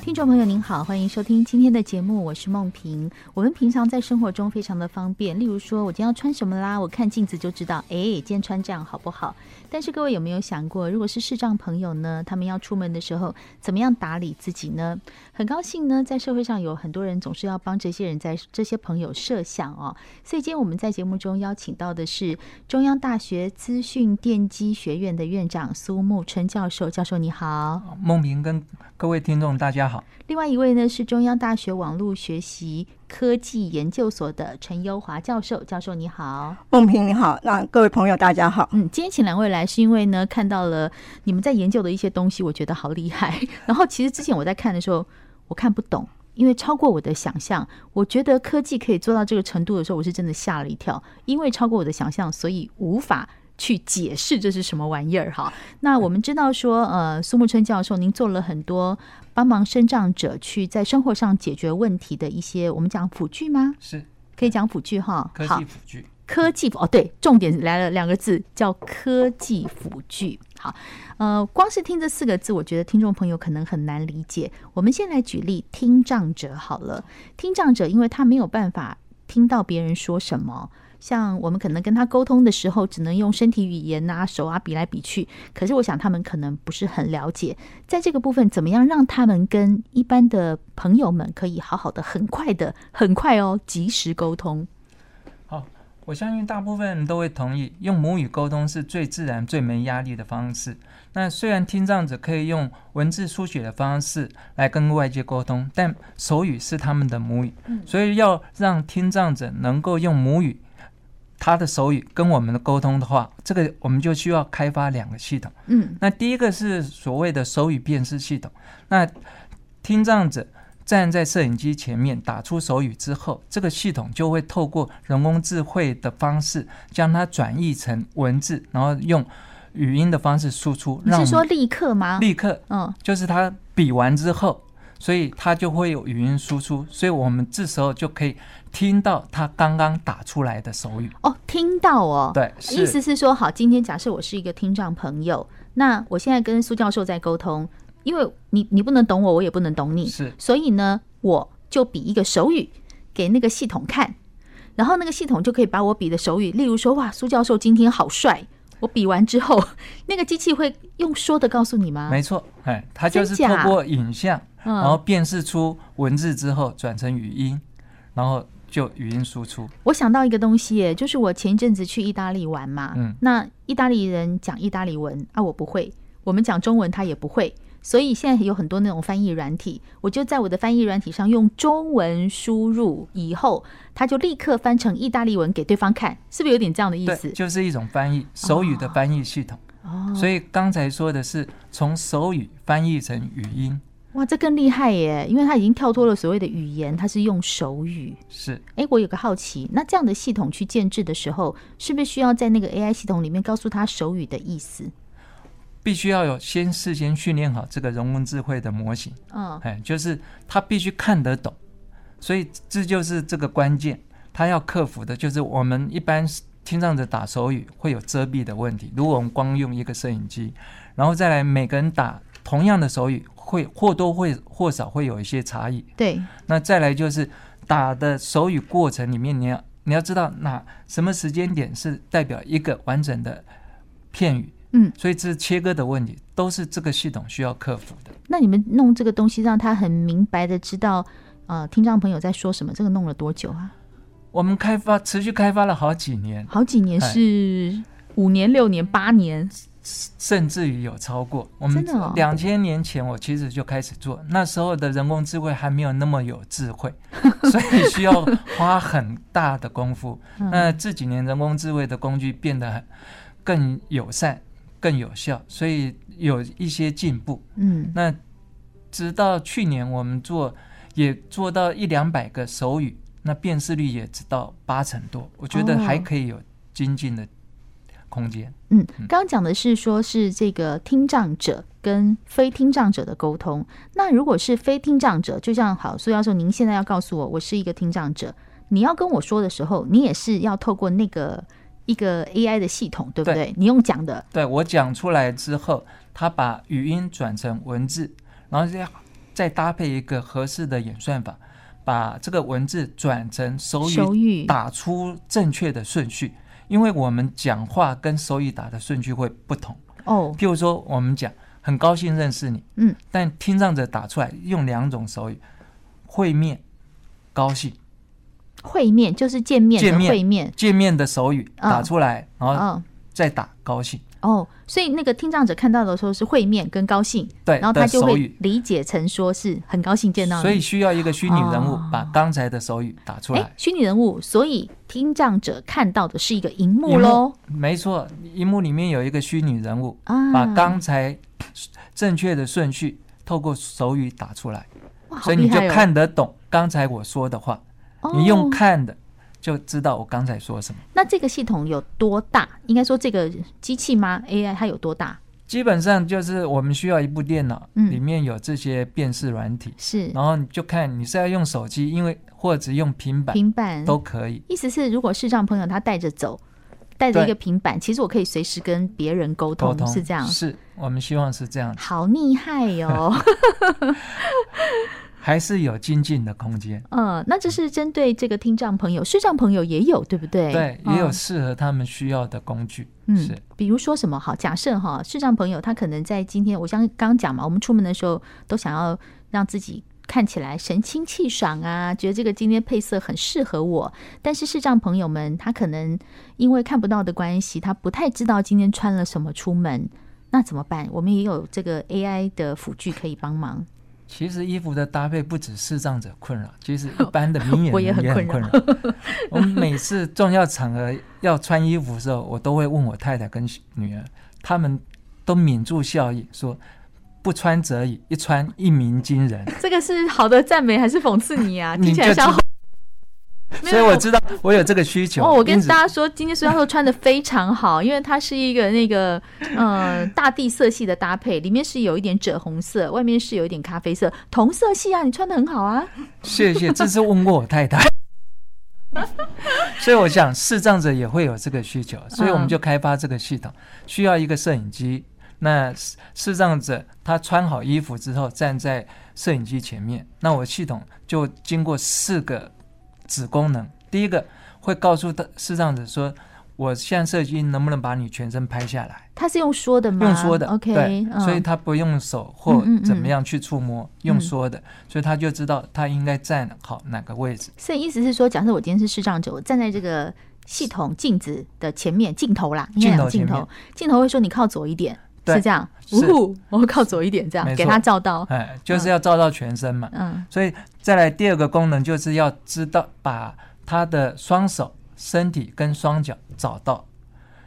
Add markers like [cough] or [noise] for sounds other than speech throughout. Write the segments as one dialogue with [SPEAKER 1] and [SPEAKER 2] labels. [SPEAKER 1] 听众朋友您好，欢迎收听今天的节目，我是梦萍。我们平常在生活中非常的方便，例如说我今天要穿什么啦，我看镜子就知道，哎，今天穿这样好不好？但是各位有没有想过，如果是视障朋友呢，他们要出门的时候，怎么样打理自己呢？很高兴呢，在社会上有很多人总是要帮这些人在这些朋友设想哦。所以今天我们在节目中邀请到的是中央大学资讯电机学院的院长苏木春教授，教授你好。
[SPEAKER 2] 梦萍跟各位听众大家好，
[SPEAKER 1] 另外一位呢是中央大学网络学习科技研究所的陈优华教授，教授你好。
[SPEAKER 3] 梦萍你好，那各位朋友大家
[SPEAKER 2] [laughs]
[SPEAKER 3] 好。
[SPEAKER 1] 嗯，今天请两位来是因为呢看到了你们在研究的一些东西，我觉得好厉害。 [laughs] 然后其实之前我在看的时候，我看不懂。因为超过我的想象，我觉得科技可以做到这个程度的时候，我是真的吓了一跳。因为超过我的想象，所以无法去解释这是什么玩意儿哈。那我们知道说，呃，苏木春教授，您做了很多帮忙生障者去在生活上解决问题的一些，我们讲辅具吗？
[SPEAKER 2] 是
[SPEAKER 1] 可以讲辅具哈。
[SPEAKER 2] 科
[SPEAKER 1] 好
[SPEAKER 2] 技辅具。
[SPEAKER 1] 科技哦，对，重点来了两个字，叫科技辅具。好，呃，光是听这四个字，我觉得听众朋友可能很难理解。我们先来举例听障者好了，听障者因为他没有办法听到别人说什么，像我们可能跟他沟通的时候，只能用身体语言啊、手啊比来比去。可是我想他们可能不是很了解，在这个部分，怎么样让他们跟一般的朋友们可以好好的、很快的、很快哦，及时沟通。
[SPEAKER 2] 好，我相信大部分人都会同意，用母语沟通是最自然、最没压力的方式。那虽然听障者可以用文字书写的方式来跟外界沟通，但手语是他们的母语，所以要让听障者能够用母语。他的手语跟我们的沟通的话，这个我们就需要开发两个系统。
[SPEAKER 1] 嗯
[SPEAKER 2] 那第一个是所谓的手语辨识系统，那听障者站在摄影机前面打出手语之后，这个系统就会透过人工智慧的方式将它转译成文字，然后用语音的方式输出，
[SPEAKER 1] 你
[SPEAKER 2] 让
[SPEAKER 1] 是
[SPEAKER 2] 我
[SPEAKER 1] 说
[SPEAKER 2] 们
[SPEAKER 1] 立刻吗？
[SPEAKER 2] 立刻
[SPEAKER 1] 嗯，
[SPEAKER 2] 就是它比完之后，所以它就会有语音输出，所以我们这时候就可以听到它刚刚打出来的手语。
[SPEAKER 1] 哦，听到哦，
[SPEAKER 2] 对，
[SPEAKER 1] 意思
[SPEAKER 2] 是
[SPEAKER 1] 是说，好，今天假设我是一个听障朋友，那我现在跟苏教授在沟通，因为你你不能懂我，我也不能懂你，
[SPEAKER 2] 是
[SPEAKER 1] 所以呢，我就比一个手语给那个系统看，然后那个系统就可以把我比的手语，例如说，哇，苏教授今天好帅。我比完之后， [laughs] 那个机器会用说的告诉你吗？
[SPEAKER 2] 没错，哎，它就是
[SPEAKER 1] 真
[SPEAKER 2] 透
[SPEAKER 1] 假
[SPEAKER 2] 过影像。
[SPEAKER 1] 嗯，
[SPEAKER 2] 然后辨识出文字之后转成语音，然后就语音输出。
[SPEAKER 1] 我想到一个东西耶，就是我前一阵子去意大利玩嘛，
[SPEAKER 2] 嗯
[SPEAKER 1] 那意大利人讲意大利文啊，我不会，我们讲中文他也不会，所以现在有很多那种翻译软体，我就在我的翻译软体上用中文输入以后，他就立刻翻成意大利文给对方看，是不是有点这样的意
[SPEAKER 2] 对
[SPEAKER 1] 思，？
[SPEAKER 2] 就是一种翻译手语的翻译系统。
[SPEAKER 1] 哦，
[SPEAKER 2] 所以刚才说的是从手语翻译成语音，
[SPEAKER 1] 哇，这更厉害耶，因为他已经跳脱了所谓的语言，他是用手语。
[SPEAKER 2] 是
[SPEAKER 1] 哎，我有个好奇，那这样的系统去建制的时候，是不是需要在那个 AI 系统里面告诉他手语的意思？
[SPEAKER 2] 必须要有先事先训练好这个人工智慧的模型，
[SPEAKER 1] 嗯，
[SPEAKER 2] 哎，就是它必须看得懂。所以这就是这个关键，它要克服的就是我们一般听障者打手语会有遮蔽的问题。如果我们光用一个摄影机，然后再来每个人打同样的手语，会或多会或少会有一些差异。
[SPEAKER 1] 对，
[SPEAKER 2] 那再来就是打的手语过程里面，你要你要知道哪什么时间点是代表一个完整的片语，
[SPEAKER 1] 嗯，
[SPEAKER 2] 所以这是切割的问题，都是这个系统需要克服的。
[SPEAKER 1] 那你们弄这个东西，让他很明白的知道，呃，听障朋友在说什么，这个弄了多久啊？
[SPEAKER 2] 我们开发持续开发了好几年，
[SPEAKER 1] 好几年
[SPEAKER 2] 哎
[SPEAKER 1] 是五年、六年、八年，
[SPEAKER 2] 甚至于有超过。我们
[SPEAKER 1] 真的哦
[SPEAKER 2] 两千年前，我其实就开始做，那时候的人工智慧还没有那么有
[SPEAKER 1] [laughs]
[SPEAKER 2] 智慧，所以需要花很大的功夫。
[SPEAKER 1] 嗯
[SPEAKER 2] 那这几年人工智慧的工具变得很更友善、更有效，所以有一些进步。
[SPEAKER 1] 嗯，
[SPEAKER 2] 那直到去年，我们做也做到一两百个手语，那辨识率也只到八成多，我觉得
[SPEAKER 1] 哦
[SPEAKER 2] 还可以有精进的空间。
[SPEAKER 1] 嗯，刚刚讲的是说是这个听障者跟非听障者的沟通。那如果是非听障者，就像好苏教授，您现在要告诉我，我是一个听障者，你要跟我说的时候，你也是要透过那个一个 AI 的系统，对不对？
[SPEAKER 2] 对
[SPEAKER 1] 你用讲的，
[SPEAKER 2] 对我讲出来之后，他把语音转成文字，然后再再搭配一个合适的演算法，把这个文字转成手语
[SPEAKER 1] 手语
[SPEAKER 2] 打出正确的顺序，因为我们讲话跟手语打的顺序会不同。
[SPEAKER 1] 哦，
[SPEAKER 2] 譬如说，我们讲很高兴认识你，
[SPEAKER 1] 嗯，
[SPEAKER 2] 但听障者打出来用两种手语，会面高兴，
[SPEAKER 1] 会面就是见面的
[SPEAKER 2] 见面
[SPEAKER 1] 会面，
[SPEAKER 2] 见面的手语
[SPEAKER 1] 嗯
[SPEAKER 2] 打出来，然后
[SPEAKER 1] 嗯
[SPEAKER 2] 再打高兴，
[SPEAKER 1] 哦，所以那个听障者看到的时候是会面跟高兴，
[SPEAKER 2] 对，
[SPEAKER 1] 然后他
[SPEAKER 2] 的
[SPEAKER 1] 就
[SPEAKER 2] 哎手
[SPEAKER 1] 会
[SPEAKER 2] 语。
[SPEAKER 1] 理解成说是很高兴见到你，
[SPEAKER 2] 所以啊需要一个虚拟人物
[SPEAKER 1] 哦
[SPEAKER 2] 把刚才的手语打出
[SPEAKER 1] 哎
[SPEAKER 2] 来，，
[SPEAKER 1] 虚拟人物，所以听障者看到的是一个荧幕
[SPEAKER 2] 荧幕
[SPEAKER 1] 喽
[SPEAKER 2] 没错，荧幕里面有一个虚拟人物，
[SPEAKER 1] 啊，
[SPEAKER 2] 把刚才正确的顺序透过手语打出来，
[SPEAKER 1] 哇，好
[SPEAKER 2] 所以你
[SPEAKER 1] 厉
[SPEAKER 2] 就
[SPEAKER 1] 害哦
[SPEAKER 2] 看得懂刚才我说的话，你用
[SPEAKER 1] 哦
[SPEAKER 2] 看的就知道我刚才说什么。
[SPEAKER 1] 那这个系统有多大？应该说这个机器吗？AI 它有多大？
[SPEAKER 2] 基本上就是我们需要一部电脑，
[SPEAKER 1] 嗯
[SPEAKER 2] 里面有这些辨识软体，
[SPEAKER 1] 是
[SPEAKER 2] 然后你就看你是要用手机，因为或者用平板
[SPEAKER 1] 平板。
[SPEAKER 2] 都可以。
[SPEAKER 1] 意思是，如果视障朋友他带着走，带着一个平板，其实我可以随时跟别人沟
[SPEAKER 2] 沟
[SPEAKER 1] 通，
[SPEAKER 2] 通
[SPEAKER 1] 是这样。
[SPEAKER 2] 是我们希望是这样，
[SPEAKER 1] 好厉害哟、
[SPEAKER 2] 还是有精进的空间。
[SPEAKER 1] 嗯，那这是针对这个听障朋友，视障朋友也有，对不对？
[SPEAKER 2] 对，也有
[SPEAKER 1] 嗯
[SPEAKER 2] 适合他们需要的工具。
[SPEAKER 1] 嗯
[SPEAKER 2] 是，
[SPEAKER 1] 比如说什么好？假设哈，视障朋友他可能在今天，我像刚刚讲嘛，我们出门的时候都想要让自己看起来神清气爽啊，觉得这个今天配色很适合我。但是视障朋友们，他可能因为看不到的关系，他不太知道今天穿了什么出门，那怎么办？我们也有这个 AI 的辅具可以帮忙。
[SPEAKER 2] 其实衣服的搭配不止视障者困扰，其实一般的
[SPEAKER 1] [laughs]
[SPEAKER 2] 明
[SPEAKER 1] 我
[SPEAKER 2] 眼
[SPEAKER 1] 也
[SPEAKER 2] 人
[SPEAKER 1] 很
[SPEAKER 2] 也很
[SPEAKER 1] 困
[SPEAKER 2] 困扰。我们每次重要场合要穿衣服的时候，我都会问我太太跟女儿，她们都抿住笑意说：“不穿则已，一穿一鸣惊人。
[SPEAKER 1] 这个是好的赞美还是讽刺你啊？
[SPEAKER 2] 你
[SPEAKER 1] 听起来
[SPEAKER 2] 就
[SPEAKER 1] 像
[SPEAKER 2] 知。
[SPEAKER 1] [laughs] 没”有
[SPEAKER 2] 所以
[SPEAKER 1] 没
[SPEAKER 2] 我
[SPEAKER 1] 有
[SPEAKER 2] 知道我有这个需求。
[SPEAKER 1] 哦，我跟
[SPEAKER 2] 因此
[SPEAKER 1] 大家说，今天苏教授穿的非常好，
[SPEAKER 2] [laughs]
[SPEAKER 1] 因为它是一个那个呃大地色系的搭配，里面是有一点赭红色，外面是有一点咖啡色，同色系啊，你穿的很好啊。
[SPEAKER 2] 谢谢，这是问过我太太。 [laughs] 所以我想，视障者也会有这个需求，所以我们就开发这个系统，需要一个摄影机。那视视障者他穿好衣服之后，站在摄影机前面，那我系统就经过四个子功能，第一个会告诉他视障者说，我现在摄影机能不能把你全身拍下来？
[SPEAKER 1] 它是用说的吗？
[SPEAKER 2] 用说的
[SPEAKER 1] ，OK，
[SPEAKER 2] 对，
[SPEAKER 1] 嗯、
[SPEAKER 2] 所以他不用手或
[SPEAKER 1] 嗯嗯嗯
[SPEAKER 2] 怎么样去触摸，
[SPEAKER 1] 嗯
[SPEAKER 2] 用说的，所以他就知道他应该站好哪个位置。
[SPEAKER 1] 所以意思是说，假设我今天是视障者，我站在这个系统镜子的前面镜头啦，应该讲镜
[SPEAKER 2] 镜头前
[SPEAKER 1] 头
[SPEAKER 2] 面，
[SPEAKER 1] 镜头会说你靠左一点，
[SPEAKER 2] 对
[SPEAKER 1] 是这样，
[SPEAKER 2] 是
[SPEAKER 1] 呜呼，我会靠左一点，这样
[SPEAKER 2] 没错
[SPEAKER 1] 给他照到，
[SPEAKER 2] 哎，就是要照到全身嘛。
[SPEAKER 1] 嗯
[SPEAKER 2] 所以再来第二个功能，就是要知道把他的双手、身体跟双脚找到，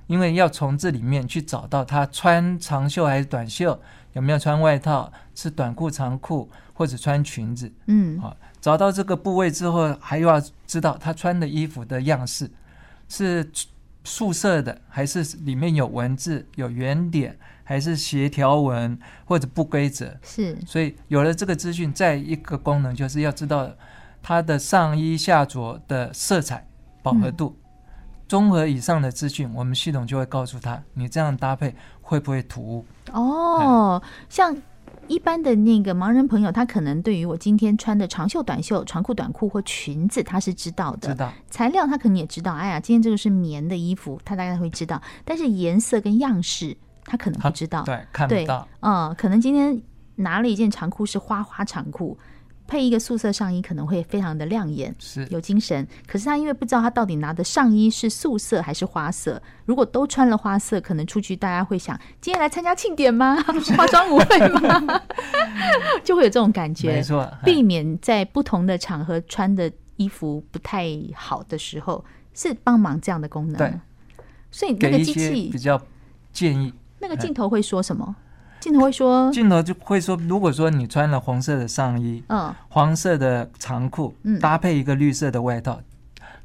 [SPEAKER 2] 因为要从这里面去找到他穿长袖还是短袖，有没有穿外套，是短裤、长裤或者穿裙子。
[SPEAKER 1] 嗯
[SPEAKER 2] 好找到这个部位之后，还要知道他穿的衣服的样式是素色的，还是里面有文字、有圆点，还是斜条纹或者不规则。
[SPEAKER 1] 是
[SPEAKER 2] 所以有了这个资讯，再一个功能就是要知道它的上衣下着的色彩饱和
[SPEAKER 1] 嗯
[SPEAKER 2] 度。综合以上的资讯，我们系统就会告诉他，你这样搭配会不会突兀？
[SPEAKER 1] 哦，像一般的那个盲人朋友，他可能对于我今天穿的长袖、短袖、长裤、短裤或裙子，他是知道
[SPEAKER 2] 知
[SPEAKER 1] 的。
[SPEAKER 2] 道
[SPEAKER 1] 材料他可能也知道，哎呀，今天这个是棉的衣服，他大概会知道。但是颜色跟样式，他可能不
[SPEAKER 2] 他
[SPEAKER 1] 知道。
[SPEAKER 2] 对看
[SPEAKER 1] 对
[SPEAKER 2] 不到，
[SPEAKER 1] 嗯，可能今天拿了一件长裤是花花长裤，配一个素色上衣，可能会非常的亮眼。
[SPEAKER 2] 是
[SPEAKER 1] 有精神，可是他因为不知道他到底拿的上衣是素色还是花色，如果都穿了花色，可能出去大家会想，今天来参加庆典吗？ [laughs] 化妆舞会吗？ [laughs] 就会有这种感
[SPEAKER 2] 没
[SPEAKER 1] 觉，
[SPEAKER 2] 错。哎
[SPEAKER 1] 避免在不同的场合穿的衣服不太好的时候，是帮忙这样的功能。
[SPEAKER 2] 对，
[SPEAKER 1] 所以那
[SPEAKER 2] 给
[SPEAKER 1] 个
[SPEAKER 2] 一
[SPEAKER 1] 机
[SPEAKER 2] 些比
[SPEAKER 1] 器，
[SPEAKER 2] 较建议，
[SPEAKER 1] 那个镜头会说什么？镜头会说，
[SPEAKER 2] 镜头就会说，如果说你穿了红色的上衣，
[SPEAKER 1] 嗯，
[SPEAKER 2] 黄色的长裤
[SPEAKER 1] 嗯，
[SPEAKER 2] 搭配一个绿色的外套，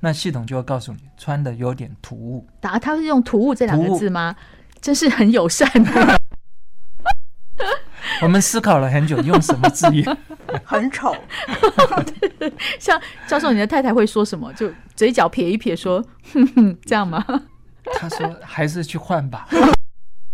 [SPEAKER 2] 那系统就会告诉你穿的有点突兀。
[SPEAKER 1] 答他是用“突兀”这两
[SPEAKER 2] 突
[SPEAKER 1] 个
[SPEAKER 2] 兀
[SPEAKER 1] 字吗？真是很友善啊的
[SPEAKER 2] 我们思考了很久，用什么字眼？ [laughs]
[SPEAKER 3] 很丑，
[SPEAKER 1] 像教授，你的太太会说什么？就嘴角撇一撇，说 [laughs] “哼哼”，这样吗？ [laughs]
[SPEAKER 2] 他说还是去换吧。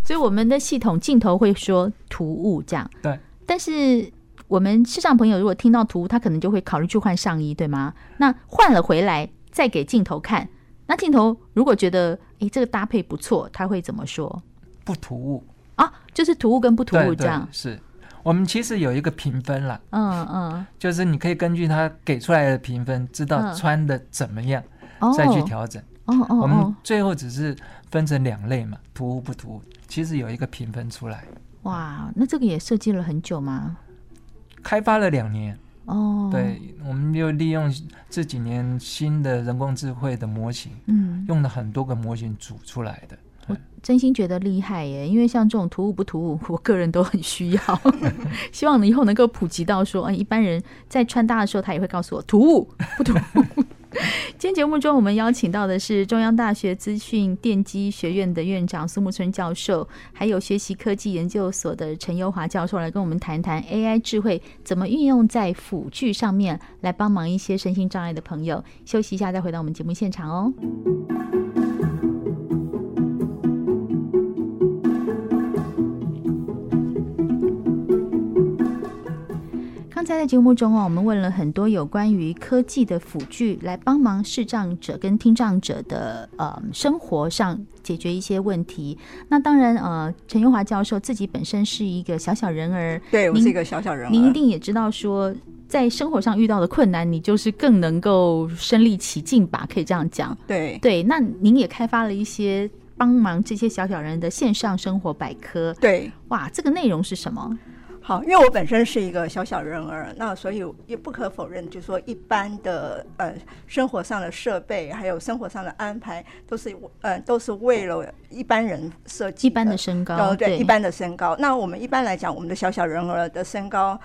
[SPEAKER 1] 所以我们的系统镜头会说“突兀”这样。
[SPEAKER 2] 对。
[SPEAKER 1] 但是我们视障朋友如果听到“突兀”，他可能就会考虑去换上衣，对吗？那换了回来再给镜头看，那镜头如果觉得“诶，这个搭配不错”，他会怎么说？
[SPEAKER 2] 不突兀，
[SPEAKER 1] 啊，就是突兀跟不突
[SPEAKER 2] 对
[SPEAKER 1] 兀这
[SPEAKER 2] 对
[SPEAKER 1] 样。
[SPEAKER 2] 是。我们其实有一个评分啦，
[SPEAKER 1] 嗯嗯。
[SPEAKER 2] 就是你可以根据他给出来的评分，知道
[SPEAKER 1] 嗯
[SPEAKER 2] 穿的怎么样，
[SPEAKER 1] 哦。
[SPEAKER 2] 再去调整。
[SPEAKER 1] 哦哦
[SPEAKER 2] 我们
[SPEAKER 1] 哦。
[SPEAKER 2] 最后只是分成两类嘛，突兀不突兀，其实有一个评分出来，
[SPEAKER 1] 哇，那这个也设计了很久吗？
[SPEAKER 2] 开发了两年。
[SPEAKER 1] 哦。。
[SPEAKER 2] 对，我们又利用这几年新的人工智慧的模型，
[SPEAKER 1] 嗯。
[SPEAKER 2] 用了很多个模型组出来的。
[SPEAKER 1] 真心觉得厉害耶，因为像这种突兀不突兀， [laughs] 我个人都很需要。 [laughs] 希望你以后能够普及到说，哎，一般人在穿搭的时候，他也会告诉我突兀 [laughs] 不突兀。今天节目中，我们邀请到的是中央大学资讯电机学院的院长苏木春教授，还有学习科技研究所的陈优华教授来跟我们谈谈 AI 智慧怎么运用在辅具上面，来帮忙一些身心障碍的朋友。休息一下，再回到我们节目现场哦。刚才在节目中啊，我们问了很多有关于科技的辅具，来帮忙视障者跟听障者的呃生活上解决一些问题。那当然，呃，陈优华教授自己本身是一个小小人儿，
[SPEAKER 3] 对我
[SPEAKER 1] 您
[SPEAKER 3] 是一个小小人儿。
[SPEAKER 1] 您一定也知道说，在生活上遇到的困难，你就是更能够身临其境吧，可以这样讲。
[SPEAKER 3] 对
[SPEAKER 1] 对，那您也开发了一些帮忙这些小小人的线上生活百科，
[SPEAKER 3] 对，
[SPEAKER 1] 哇，这个内容是什么？
[SPEAKER 3] 好，因为我本身是一个小小人儿，那所以也不可否认，就是说一般的呃生活上的设备，还有生活上的安排，都是呃都是为了一般人设计
[SPEAKER 1] 一般的身高，
[SPEAKER 3] 呃，对，一般的身高。那我们一般来讲，我们的小小人儿的身高，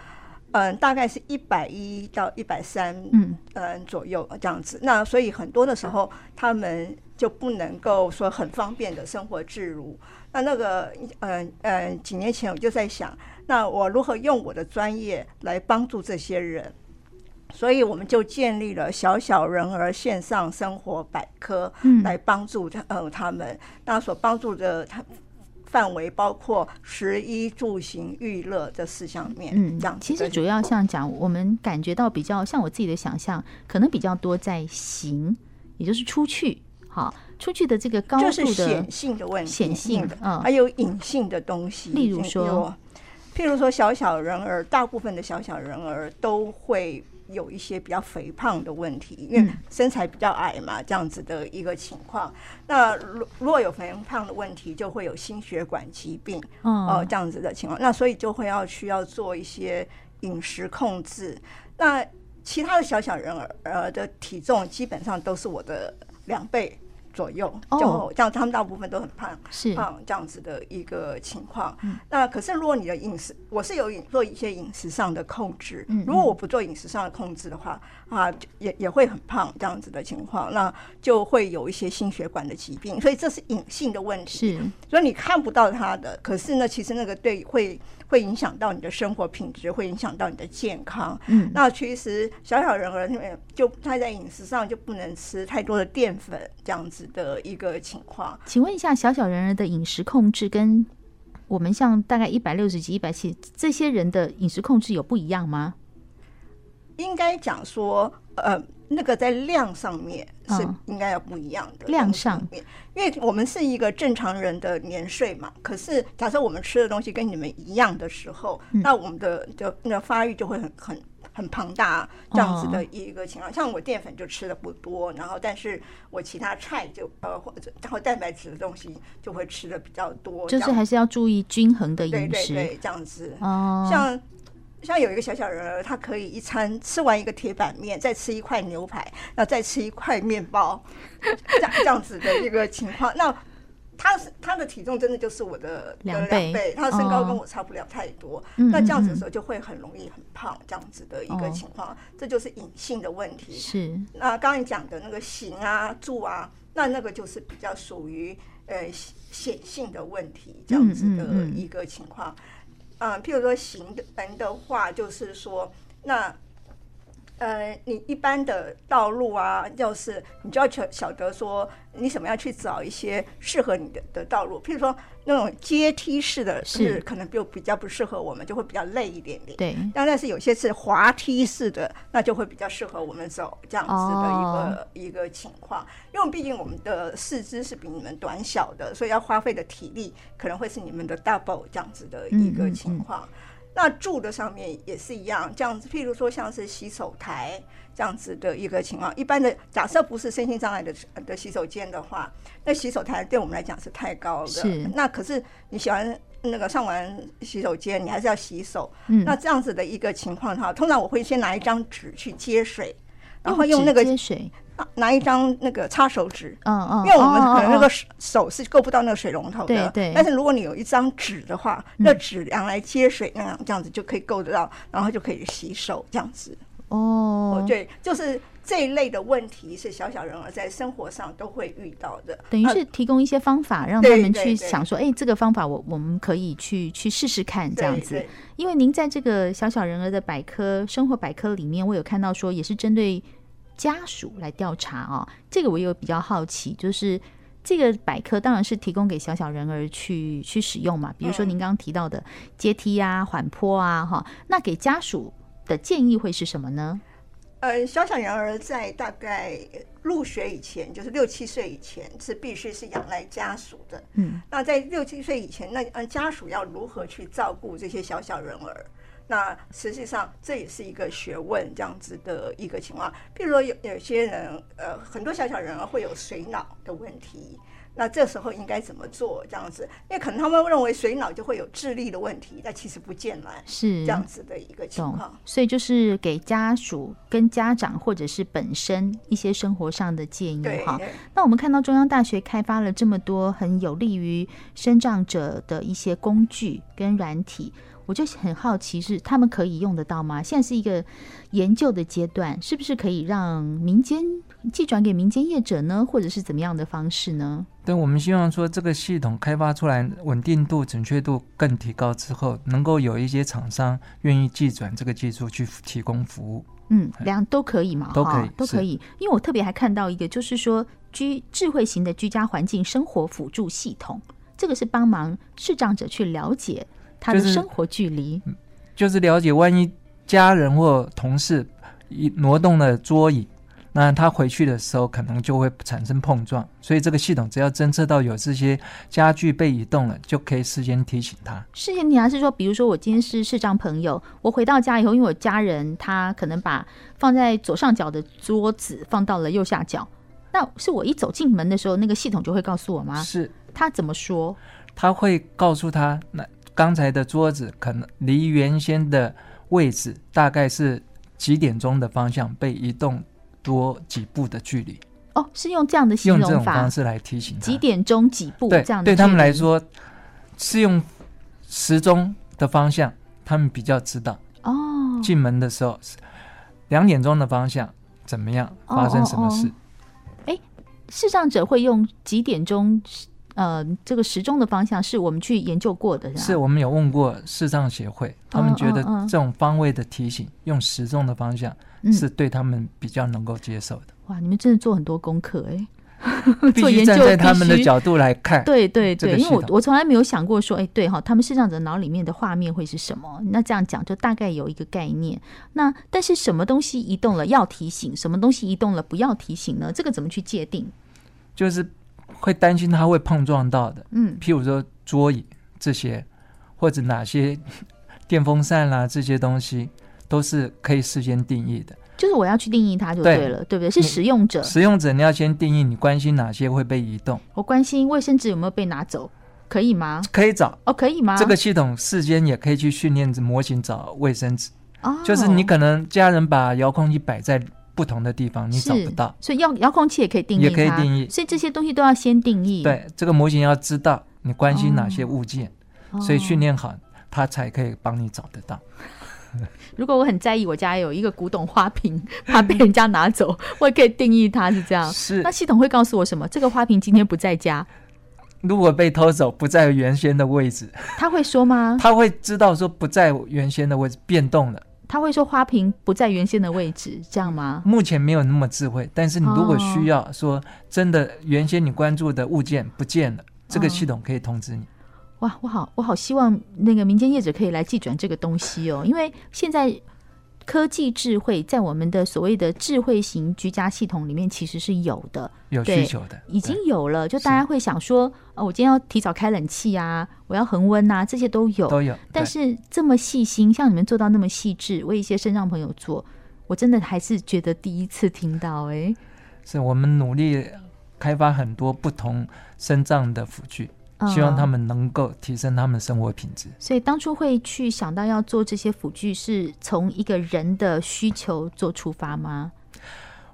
[SPEAKER 3] 嗯、大概是一百一到一百三，
[SPEAKER 1] 嗯
[SPEAKER 3] 嗯左右这样子。那所以很多的时候，他们就不能够说很方便的生活自如。那那个，嗯、呃、嗯、几年前我就在想，那我如何用我的专业来帮助这些人？所以我们就建立了小小人儿线上生活百科，
[SPEAKER 1] 嗯
[SPEAKER 3] 来帮助他呃他们。那所帮助的他范围包括食衣住行娱乐这四项面，
[SPEAKER 1] 嗯
[SPEAKER 3] 这样，子
[SPEAKER 1] 其实
[SPEAKER 3] 的
[SPEAKER 1] 主要像讲，我们感觉到比较像我自己的想象，可能比较多在行，也就是出去，好，出去的这个高度
[SPEAKER 3] 就
[SPEAKER 1] 的，
[SPEAKER 3] 是显性的问题，
[SPEAKER 1] 显性
[SPEAKER 3] 的，
[SPEAKER 1] 嗯
[SPEAKER 3] 还有隐性的东西，
[SPEAKER 1] 例如说
[SPEAKER 3] 有，譬如说小小人儿，大部分的小小人儿都会。有一些比较肥胖的问题，因为
[SPEAKER 1] 嗯
[SPEAKER 3] 身材比较矮嘛，这样子的一个情况。那如如果有肥胖的问题，就会有心血管疾病，哦
[SPEAKER 1] 哦，
[SPEAKER 3] 这样子的情况，那所以就会要需要做一些饮食控制。那其他的小小人儿呃的体重基本上都是我的两倍左右，
[SPEAKER 1] 哦
[SPEAKER 3] 就这样，他们大部分都很胖。
[SPEAKER 1] 是，
[SPEAKER 3] 胖这样子的一个情况。
[SPEAKER 1] 嗯
[SPEAKER 3] 那可是如果你的饮食，我是有饮做一些饮食上的控制
[SPEAKER 1] 嗯嗯，
[SPEAKER 3] 如果我不做饮食上的控制的话，啊，就也也会很胖这样子的情况，那就会有一些心血管的疾病，所以这是隐性的问题。
[SPEAKER 1] 是，
[SPEAKER 3] 所以你看不到它的，可是呢，其实那个对会会影响到你的生活品质，会影响到你的健康。
[SPEAKER 1] 嗯，
[SPEAKER 3] 那其实小小人儿因为就他在饮食上就不能吃太多的淀粉这样子的一个情况。
[SPEAKER 1] 请问一下，小小人儿的饮食控制跟我们像大概一百六十几、一百七这些人的饮食控制有不一样吗？
[SPEAKER 3] 应该讲说，呃，那个在量上面是
[SPEAKER 1] 嗯
[SPEAKER 3] 应该要不一样的。
[SPEAKER 1] 量上
[SPEAKER 3] 面，因为我们是一个正常人的年岁嘛，可是假设我们吃的东西跟你们一样的时候，
[SPEAKER 1] 嗯
[SPEAKER 3] 那我们的就那发育就会很很。很庞大这样子
[SPEAKER 1] 哦
[SPEAKER 3] 的一个情况，像我淀粉就吃的不多，然后但是我其他菜就呃或者然后蛋白质的东西就会吃的比较多，
[SPEAKER 1] 就
[SPEAKER 3] 这
[SPEAKER 1] 是
[SPEAKER 3] 样
[SPEAKER 1] 还是要注意均衡的
[SPEAKER 3] 对
[SPEAKER 1] 饮
[SPEAKER 3] 对
[SPEAKER 1] 食
[SPEAKER 3] 对这样子。
[SPEAKER 1] 哦，
[SPEAKER 3] 像像有一个小小人儿，他可以一餐吃完一个铁板面，再吃一块牛 [laughs] 排，然后再吃一块面包，这样这样子的一个情况。那他是他的体重真的就是我的
[SPEAKER 1] 两
[SPEAKER 3] 的
[SPEAKER 1] 倍
[SPEAKER 3] 倍，他的身高
[SPEAKER 1] 哦
[SPEAKER 3] 跟我差不了太多。
[SPEAKER 1] 嗯
[SPEAKER 3] 那这样
[SPEAKER 1] 嗯
[SPEAKER 3] 子的
[SPEAKER 1] 嗯
[SPEAKER 3] 时候就会很容易很胖这样子的一个
[SPEAKER 1] 哦
[SPEAKER 3] 情况，这就是隐性的问题。
[SPEAKER 1] 是，
[SPEAKER 3] 那啊刚才讲的那个行啊、住啊，那那个就是比较属于呃显显性的问题这样子的
[SPEAKER 1] 嗯嗯嗯
[SPEAKER 3] 一个情况。啊、譬如说行的人的话，就是说那。呃，你一般的道路啊，就是你就要晓晓得说，你怎么样去找一些适合你的的道路。譬如说那种阶梯式的，
[SPEAKER 1] 是
[SPEAKER 3] 是可能就比较不适合我们，就会比较累一点点。
[SPEAKER 1] 对，
[SPEAKER 3] 当然是有些是滑梯式的，那就会比较适合我们走这样子的一个、一个情况，因为我们毕竟我们的四肢是比你们短小的，所以要花费的体力可能会是你们的 double 这样子的一个情况。那住的上面也是一样，这样子，譬如说像是洗手台这样子的一个情况，一般的假设不是身心障碍的呃的洗手间的话，那洗手台对我们来讲是太高的
[SPEAKER 1] 是。
[SPEAKER 3] 那可是你喜欢那个上完洗手间，你还是要洗手，
[SPEAKER 1] 嗯，
[SPEAKER 3] 那这样子的一个情况哈，通常我会先拿一张纸去接水，然后
[SPEAKER 1] 纸
[SPEAKER 3] 用那个
[SPEAKER 1] 接水，
[SPEAKER 3] 啊拿一张那个擦手纸。
[SPEAKER 1] 嗯嗯，
[SPEAKER 3] 因为我们
[SPEAKER 1] 哦
[SPEAKER 3] 可能那
[SPEAKER 1] 哦
[SPEAKER 3] 个手手是够不到那个水龙头的，
[SPEAKER 1] 对嗯对
[SPEAKER 3] 但是如果你有一张纸的话，那纸拿来接水，那样这样子就可以够得到，然后就可以洗手这样子。
[SPEAKER 1] 哦，
[SPEAKER 3] 哦，对，就是这一类的问题是小小人儿在生活上都会遇到的。啊
[SPEAKER 1] 等于
[SPEAKER 3] 那
[SPEAKER 1] 是提供一些方法，让他
[SPEAKER 3] 呃对
[SPEAKER 1] 们
[SPEAKER 3] 对
[SPEAKER 1] 去
[SPEAKER 3] 对
[SPEAKER 1] 想说，哎，这个方法我我们可以去去试试看，这样
[SPEAKER 3] 对
[SPEAKER 1] 子
[SPEAKER 3] 对。
[SPEAKER 1] 因为您在这个小小人儿的百科生活百科里面，我有看到说也是针对家属来调查哦，这个我也有比较好奇，就是。这个百科当然是提供给小小人儿去去使用嘛，比如说
[SPEAKER 3] 嗯
[SPEAKER 1] 您刚刚提到的阶梯啊、缓坡啊，哈，那给家属的建议会是什么呢？
[SPEAKER 3] 呃，小小羊儿在大概入学以前，就是六七岁以前，是必须是仰赖家属的。
[SPEAKER 1] 嗯，
[SPEAKER 3] 那在六七岁以前，那呃家属要如何去照顾这些小小人儿？那实际上这也是一个学问，这样子的一个情况。譬如说有有些人，呃，很多小小人儿会有水脑的问题。那这时候应该怎么做？这样子，因为可能他们认为水脑就会有智力的问题，那其实不见然
[SPEAKER 1] 是
[SPEAKER 3] 这样子的一个情
[SPEAKER 1] 嗯懂
[SPEAKER 3] 况。，
[SPEAKER 1] 哦所以就是给家属、跟家长或者是本身一些生活上的建议
[SPEAKER 3] 对，
[SPEAKER 1] 哈。
[SPEAKER 3] 对
[SPEAKER 1] 那我们看到中央大学开发了这么多很有利于生长者的一些工具跟软体，我就很好奇是他们可以用得到吗？现在是一个研究的阶段，是不是可以让民间寄转给民间业者呢，或者是怎么样的方式呢？
[SPEAKER 2] 对，我们希望说这个系统开发出来，稳定度、准确度更提高之后，能够有一些厂商愿意寄转这个技术去提供服务。
[SPEAKER 1] 嗯，两都可以嘛，
[SPEAKER 2] 都
[SPEAKER 1] 哈
[SPEAKER 2] 可以
[SPEAKER 1] 都可
[SPEAKER 2] 是
[SPEAKER 1] 以。因为我特别还看到一个，就是说居智慧型的居家环境生活辅助系统，这个是帮忙视障者去了解他的
[SPEAKER 2] 就是
[SPEAKER 1] 生活距离，
[SPEAKER 2] 就是了解，万一家人或同事一挪动了桌椅，那他回去的时候可能就会产生碰撞，所以这个系统只要侦测到有这些家具被移动了，就可以事先提醒他。
[SPEAKER 1] 事情你还是说，比如说我今天是视障朋友，我回到家以后，因为我家人他可能把放在左上角的桌子放到了右下角，那是我一走进门的时候，那个系统就会告诉我吗？
[SPEAKER 2] 是，
[SPEAKER 1] 他怎么说？
[SPEAKER 2] 他会告诉他，那刚才的桌子可能离原先的位置大概是几点钟的方向被移动多几步的距离，
[SPEAKER 1] 哦，是用这样的形
[SPEAKER 2] 用这
[SPEAKER 1] 容
[SPEAKER 2] 种
[SPEAKER 1] 法
[SPEAKER 2] 方，式来提醒他。
[SPEAKER 1] 几点钟几步
[SPEAKER 2] 对
[SPEAKER 1] 这样的
[SPEAKER 2] 对他们
[SPEAKER 1] 距
[SPEAKER 2] 来
[SPEAKER 1] 离
[SPEAKER 2] 说，是用时钟的方向，他们比较知道
[SPEAKER 1] 哦，
[SPEAKER 2] 进门的时候两点钟的方向怎么样，
[SPEAKER 1] 哦
[SPEAKER 2] 发生什么
[SPEAKER 1] 哦
[SPEAKER 2] 事。
[SPEAKER 1] 视障者会用几点钟，呃，这个时钟的方向是我们去研究过的，
[SPEAKER 2] 是
[SPEAKER 1] 吧
[SPEAKER 2] 我们有问过视障协会，他们觉得
[SPEAKER 1] 嗯嗯嗯
[SPEAKER 2] 这种方位的提醒，用时钟的方向
[SPEAKER 1] 嗯
[SPEAKER 2] 是对他们比较能够接受的，
[SPEAKER 1] 哇，你们真的做很多功课哎、
[SPEAKER 2] [laughs]
[SPEAKER 1] [laughs]
[SPEAKER 2] 必
[SPEAKER 1] 做
[SPEAKER 2] 须
[SPEAKER 1] 研
[SPEAKER 2] 站
[SPEAKER 1] 究
[SPEAKER 2] 在
[SPEAKER 1] 必
[SPEAKER 2] 他们的
[SPEAKER 1] 须
[SPEAKER 2] 角度来看。
[SPEAKER 1] 对对
[SPEAKER 2] 这
[SPEAKER 1] 对，
[SPEAKER 2] 个
[SPEAKER 1] 因为我
[SPEAKER 2] 系统
[SPEAKER 1] 我从来没有想过说，哎，对哈，他们视障者脑里面的画面会是什么？那这样讲就大概有一个概念。那但是什么东西移动了要提醒，什么东西移动了不要提醒呢？这个怎么去界定？
[SPEAKER 2] 就是会担心它会碰撞到的，
[SPEAKER 1] 嗯，
[SPEAKER 2] 譬如说桌椅这些，或者哪些电风扇啦、这些东西，都是可以事先定义的。
[SPEAKER 1] 就是我要去定义它就
[SPEAKER 2] 对
[SPEAKER 1] 对了，对不对？是
[SPEAKER 2] 你
[SPEAKER 1] 使用者，
[SPEAKER 2] 使用者你要先定义你关心哪些会被移动，
[SPEAKER 1] 我关心卫生纸有没有被拿走，可以吗？
[SPEAKER 2] 可以找。
[SPEAKER 1] 哦，可以吗？
[SPEAKER 2] 这个系统事先也可以去训练模型找卫生纸，
[SPEAKER 1] 哦
[SPEAKER 2] 就是你可能家人把遥控器摆在不不同的地方，你找
[SPEAKER 1] 是
[SPEAKER 2] 不到。
[SPEAKER 1] 所以遥遥控器也可以定义它，
[SPEAKER 2] 也可以定义
[SPEAKER 1] 所以这些东西都要先定义。，
[SPEAKER 2] 对，这个模型要知道你关心哪
[SPEAKER 1] 哦
[SPEAKER 2] 些物件，所以训
[SPEAKER 1] 练。
[SPEAKER 2] 练好它才可以帮你找得到。
[SPEAKER 1] [laughs] 如果我很在意我家有一个古董花瓶， [laughs] 怕被人家拿走， [laughs] 我也可以定义它是这样。
[SPEAKER 2] 是
[SPEAKER 1] 那，系统会告诉我什么？这个花瓶今天不在家，
[SPEAKER 2] 如果被偷走不在原先的位置，
[SPEAKER 1] 他会说吗？
[SPEAKER 2] 它会知道说不在原先的位置变动了。
[SPEAKER 1] 他会说花瓶不在原先的位置，这样吗？
[SPEAKER 2] 目前没有那么智慧，但是你如果需要说真的原先你关注的物件不见了，这个系统可以通知你。
[SPEAKER 1] 哦哇，我好，我好希望那个民间业者可以来寄转这个东西哦，因为现在科技智慧在我们的所谓的智慧型居家系统里面其实是有的，
[SPEAKER 2] 有
[SPEAKER 1] 对
[SPEAKER 2] 需求的，
[SPEAKER 1] 已经
[SPEAKER 2] 对
[SPEAKER 1] 有了。就大
[SPEAKER 2] 是
[SPEAKER 1] 家会想说，哦，我今天要提早开冷气啊，我要恒温啊，这些都有。
[SPEAKER 2] 都有。
[SPEAKER 1] 但
[SPEAKER 2] 对
[SPEAKER 1] 是这么细心，像你们做到那么细致，为一些身障朋友做，我真的还是觉得第一次听到哎、
[SPEAKER 2] 是我们努力开发很多不同身障的辅具，
[SPEAKER 1] 嗯
[SPEAKER 2] 希望他。们能够提升他们生活品质。
[SPEAKER 1] 所以当初会去想到要做这些辅具，是从一个人的需求做出发吗？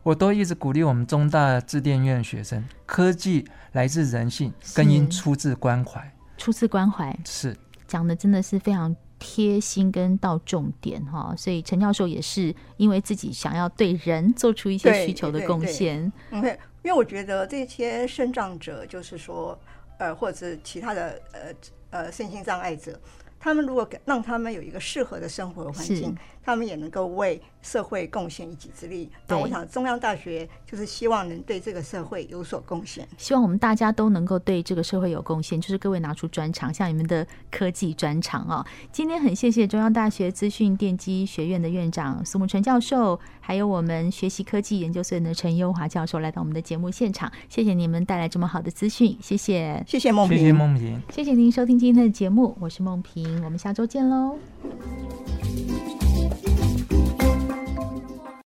[SPEAKER 2] 我都一直鼓励我们中大致电院的学生，科技来自人性，
[SPEAKER 1] 是
[SPEAKER 2] 更应出自关怀。
[SPEAKER 1] 初次关怀
[SPEAKER 2] 是
[SPEAKER 1] 讲的真的是非常贴心跟到重点哈、所以陈教授也是因为自己想要对人做出一些
[SPEAKER 3] 对
[SPEAKER 1] 需求的
[SPEAKER 3] 对
[SPEAKER 1] 贡
[SPEAKER 3] 对
[SPEAKER 1] 献，
[SPEAKER 3] 嗯，对因为我觉得这些生长者，就是说，呃，或者是其他的呃呃身心障碍者，他们如果给让他们有一个适合的生活环
[SPEAKER 1] 是
[SPEAKER 3] 境，他们也能够为社会贡献一己之力。那
[SPEAKER 1] 对
[SPEAKER 3] 我想，中央大学就是希望能对这个社会有所贡献。
[SPEAKER 1] 希望我们大家都能够对这个社会有贡献，就是各位拿出专长，像你们的科技专长哦。今天很谢谢中央大学资讯电机学院的院长苏木纯教授，还有我们学习科技研究所院的陈优华教授来到我们的节目现场，谢谢你们带来这么好的资讯，谢谢，
[SPEAKER 3] 谢谢孟
[SPEAKER 2] 谢
[SPEAKER 3] 平，
[SPEAKER 2] 谢梦萍。
[SPEAKER 1] 谢谢您收听今天的节目，我是梦萍，我们下周见喽。